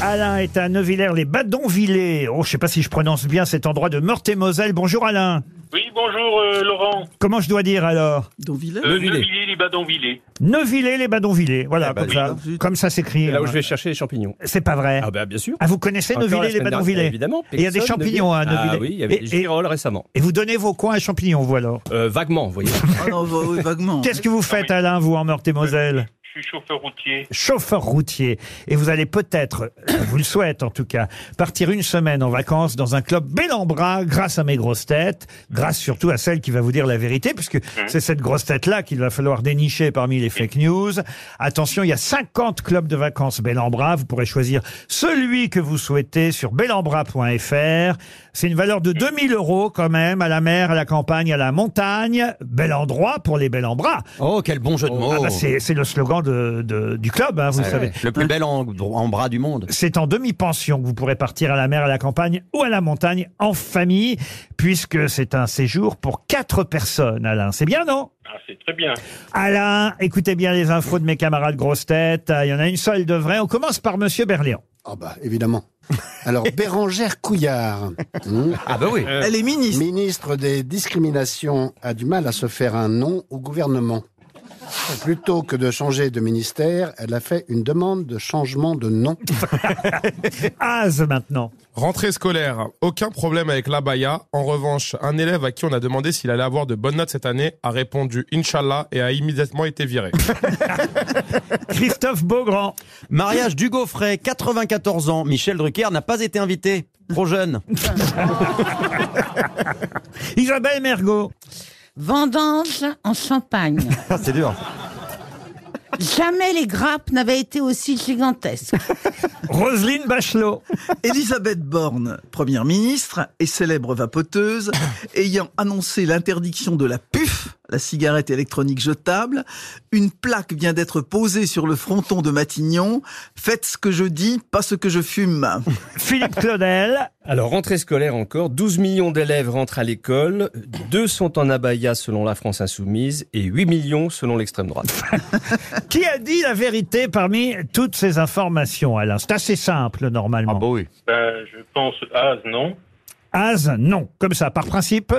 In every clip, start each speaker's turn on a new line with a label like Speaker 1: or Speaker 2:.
Speaker 1: Alain est à Neuvillers, les Badonvillers. Oh, je sais pas si je prononce bien cet endroit de Meurthe-et-Moselle. Bonjour Alain.
Speaker 2: Oui, bonjour euh, Laurent.
Speaker 1: Comment je dois dire alors
Speaker 2: Euh, Neuvillers, les Badonvillers.
Speaker 1: Neuvillers, les Badonvillers. Voilà,
Speaker 3: Eh ben,
Speaker 1: comme,
Speaker 3: dis
Speaker 1: ça.
Speaker 3: donc, zut.
Speaker 1: comme ça s'écrit. euh,
Speaker 3: C'est là où je vais chercher les champignons.
Speaker 1: C'est pas vrai.
Speaker 3: Ah bah bien sûr.
Speaker 1: Ah, vous connaissez
Speaker 3: Encore la
Speaker 1: Neuvillers, les
Speaker 3: semaine dernière,
Speaker 1: Badonvillers
Speaker 3: Évidemment.
Speaker 1: Et il y a des
Speaker 3: Personne,
Speaker 1: champignons à
Speaker 3: Neuvillers.
Speaker 1: Neuvillers.
Speaker 3: Ah oui, il y avait
Speaker 1: Et-
Speaker 3: des
Speaker 1: et-
Speaker 3: girolles récemment.
Speaker 1: Et vous donnez vos coins à champignons, vous alors.
Speaker 3: Euh, vaguement, vous voyez.
Speaker 4: Ah non, va- oui, vaguement.
Speaker 1: Qu'est-ce que vous faites, Alain, vous, en Meurthe-et-Moselle
Speaker 2: Je suis chauffeur routier.
Speaker 1: Chauffeur routier. Et vous allez peut-être, je vous le souhaite en tout cas, partir une semaine en vacances dans un club bel en bras grâce à mes grosses têtes, grâce surtout à celle qui va vous dire la vérité, puisque
Speaker 5: Mmh.
Speaker 1: c'est cette grosse tête-là qu'il va falloir dénicher parmi les fake news. Attention, il y a 50 clubs de vacances bel en bras. Vous pourrez choisir celui que vous souhaitez sur belembras.fr. C'est une valeur de 2000 euros quand même, à la mer, à la campagne, à la montagne. Bel endroit pour les bel en bras.
Speaker 5: Oh, quel bon jeu de mots
Speaker 1: Ah bah, c'est c'est le slogan de, de- du club, hein, vous
Speaker 5: Ah
Speaker 1: savez.
Speaker 5: ouais. Le plus bel en, en bras du monde.
Speaker 1: C'est en demi-pension que vous pourrez partir à la mer, à la campagne ou à la montagne en famille, puisque c'est un séjour pour quatre personnes, Alain. C'est bien, non
Speaker 2: Ah, c'est très bien.
Speaker 1: Alain, écoutez bien les infos de mes camarades grosses têtes. Il y en a une seule de vraie. On commence par Monsieur Berléand.
Speaker 6: Ah bah évidemment. Alors Bérangère Couillard, hmm,
Speaker 5: Ah bah oui.
Speaker 4: Elle est ministre.
Speaker 6: ministre des discriminations, a du mal à se faire un nom au gouvernement. Plutôt que de changer de ministère, elle a fait une demande de changement de nom.
Speaker 1: Az maintenant.
Speaker 7: Rentrée scolaire, aucun problème avec l'abaya. En revanche, un élève à qui on a demandé s'il allait avoir de bonnes notes cette année a répondu Inch'Allah et a immédiatement été viré.
Speaker 1: Christophe Beaugrand.
Speaker 5: Mariage du Gaufret, 94 ans. Michel Drucker n'a pas été invité. Trop jeune.
Speaker 1: Isabelle Mergot.
Speaker 8: Vendange en Champagne.
Speaker 5: Ah, c'est dur.
Speaker 8: Jamais les grappes n'avaient été aussi gigantesques.
Speaker 1: Roselyne Bachelot.
Speaker 4: Elisabeth Borne, première ministre et célèbre vapoteuse, ayant annoncé l'interdiction de la PUF, la cigarette électronique jetable, une plaque vient d'être posée sur le fronton de Matignon. Faites ce que je dis, pas ce que je fume.
Speaker 1: Philippe Claudel.
Speaker 3: Alors, rentrée scolaire encore, 12 millions d'élèves rentrent à l'école, 2 sont en abaya selon la France insoumise et 8 millions selon l'extrême droite.
Speaker 1: Qui a dit la vérité parmi toutes ces informations, Alain C'est assez simple, normalement.
Speaker 5: Ah bah oui.
Speaker 2: Ben, je pense, ah non.
Speaker 1: Az, non. Comme ça, par principe.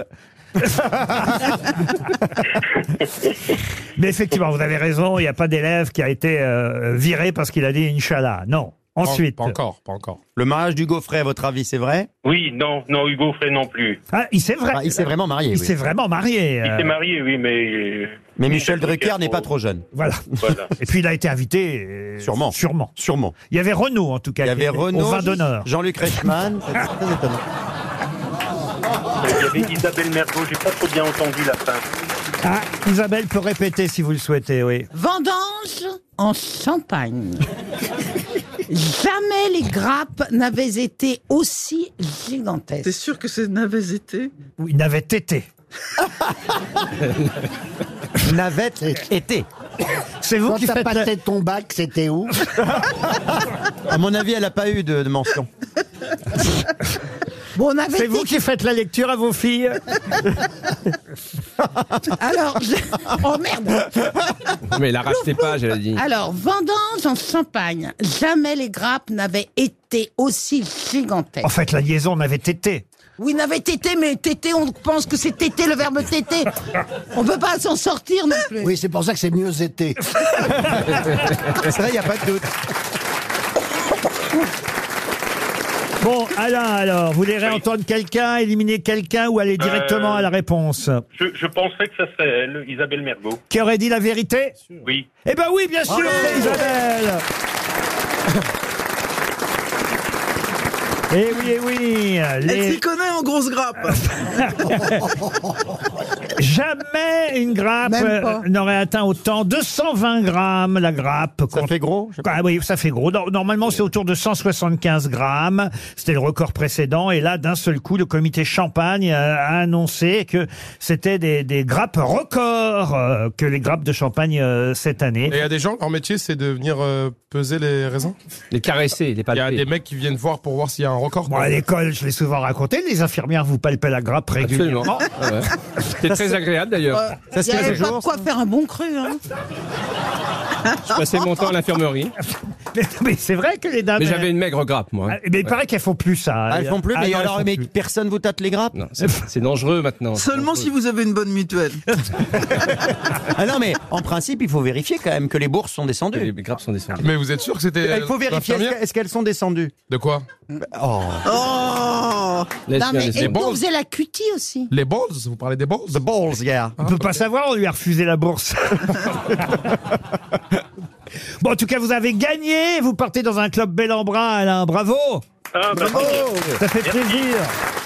Speaker 1: Mais effectivement, vous avez raison, il n'y a pas d'élève qui a été euh, viré parce qu'il a dit Inch'Allah. Non. Ensuite.
Speaker 7: Pas, pas encore, pas encore.
Speaker 5: Le mariage du Gaufret, à votre avis, c'est vrai
Speaker 2: Oui, non, non, Hugo Frey non plus.
Speaker 1: Ah, il s'est vrai.
Speaker 5: Ah, Il s'est vraiment marié.
Speaker 1: il
Speaker 5: oui.
Speaker 1: s'est vraiment marié.
Speaker 2: Il
Speaker 1: euh,
Speaker 2: s'est marié, oui, mais. euh,
Speaker 5: Mais Michel Drucker n'est pas trop jeune.
Speaker 1: voilà.
Speaker 2: Voilà.
Speaker 1: Et puis il a été invité. euh,
Speaker 5: Sûrement.
Speaker 1: Sûrement.
Speaker 5: Sûrement.
Speaker 1: Il y avait Renault en tout cas.
Speaker 5: Il y
Speaker 1: qui
Speaker 5: avait
Speaker 1: était Au
Speaker 5: Renaud,
Speaker 1: vin d'honneur.
Speaker 5: Jean-Luc Reichmann. C'est très étonnant.
Speaker 2: Il y avait Isabelle Mergo, j'ai pas trop bien entendu la fin.
Speaker 1: Ah, Isabelle peut répéter si vous le souhaitez, oui.
Speaker 8: Vendange en Champagne. Jamais les grappes n'avaient été aussi
Speaker 4: T'es
Speaker 8: gigantesques.
Speaker 4: sûr que c'est n'avait été
Speaker 1: Ou Il n'avait été.
Speaker 5: Navette était.
Speaker 1: C'est vous
Speaker 6: Quand
Speaker 1: qui
Speaker 6: t'as
Speaker 1: faites. la-
Speaker 6: passé ton bac, c'était où
Speaker 5: À mon avis, elle n'a pas eu de, de mention.
Speaker 8: Bon, on avait
Speaker 1: C'est
Speaker 8: été-
Speaker 1: vous qui faites la lecture à vos filles.
Speaker 8: Alors, je- oh merde.
Speaker 3: Mais la rachetait pas, j'avais dit.
Speaker 8: Alors, vendange en Champagne. Jamais les grappes n'avaient été aussi gigantesques.
Speaker 1: En fait, la liaison n'avait été.
Speaker 8: Oui, n'avait été, mais tété, on pense que c'est tété, le verbe tété. On peut pas s'en sortir non plus.
Speaker 6: Oui, c'est pour ça que c'est mieux été.
Speaker 5: Ça, il n'y a pas de doute.
Speaker 1: Bon, Alain, alors, vous voulez réentendre quelqu'un, éliminer quelqu'un ou aller directement
Speaker 2: Euh.
Speaker 1: à la réponse
Speaker 2: Je, je penserais que ça serait elle, Isabelle Mergo.
Speaker 1: Qui aurait dit la vérité
Speaker 2: Oui.
Speaker 1: Eh ben oui, bien sûr, c'est Isabelle Eh oui, eh oui
Speaker 4: Elle
Speaker 1: les-
Speaker 4: s'y connaît en grosse grappe.
Speaker 1: Jamais une grappe
Speaker 8: Même pas.
Speaker 1: euh, n'aurait atteint autant. 220 grammes, la grappe.
Speaker 5: Ça
Speaker 1: contre-
Speaker 5: fait gros. je sais pas.
Speaker 1: Ah oui, ça fait gros. Nor- Normalement, c'est autour de 175 grammes. C'était le record précédent. Et là, d'un seul coup, le comité Champagne euh, a annoncé que c'était des, des grappes records euh, que les grappes de Champagne euh, cette année.
Speaker 7: Et il y a des gens, leur métier, c'est de venir euh, peser les raisins.
Speaker 3: Les caresser, les
Speaker 7: Il y a
Speaker 3: palper.
Speaker 7: des mecs qui viennent voir pour voir s'il y a un record.
Speaker 1: Bon,
Speaker 7: quoi.
Speaker 1: à l'école, je l'ai souvent raconté, les infirmières vous palpaient la grappe régulièrement.
Speaker 3: Absolument. Ah ouais. C'était très agréable d'ailleurs.
Speaker 5: Ça,
Speaker 8: Il n'y
Speaker 5: c'était le
Speaker 8: avait Euh, pas
Speaker 5: jour.
Speaker 8: de quoi faire un bon cru. Hein.
Speaker 3: Je passais mon temps à l'infirmerie.
Speaker 1: Mais, mais c'est vrai que les dames.
Speaker 3: Ah, Mais
Speaker 1: elles-
Speaker 3: j'avais une maigre grappe, moi. hein.
Speaker 1: Ah, Mais il paraît qu'elles font plus ça.
Speaker 5: Ah, elles font plus,
Speaker 1: Ah
Speaker 5: mais,
Speaker 1: non, elles
Speaker 5: alors,
Speaker 1: font
Speaker 5: mais
Speaker 1: plus.
Speaker 5: personne vous tâte les grappes
Speaker 3: Non, c'est- c'est dangereux maintenant.
Speaker 4: Seulement si vous avez une bonne mutuelle.
Speaker 5: Ah non, mais en principe, il faut vérifier quand même que les bourses sont
Speaker 3: Les
Speaker 5: descendues.
Speaker 3: grappes sont descendues.
Speaker 7: Mais vous êtes sûr que
Speaker 1: euh,
Speaker 7: c'était.
Speaker 5: Il faut vérifier, est-ce
Speaker 7: l'infirmière
Speaker 5: que- est-ce qu'elles sont descendues
Speaker 7: De quoi
Speaker 5: Oh
Speaker 4: Oh
Speaker 8: Non, mais et
Speaker 7: bon.
Speaker 8: on faisait la cutie aussi.
Speaker 7: Les balls Vous parlez des balls
Speaker 5: The balls, yeah.
Speaker 1: On peut pas savoir, on lui a refusé la bourse. bon, en tout cas, vous avez gagné. Vous partez dans un club bel en bras, Alain. Bravo.
Speaker 2: Ah, bah,
Speaker 1: Ça fait plaisir.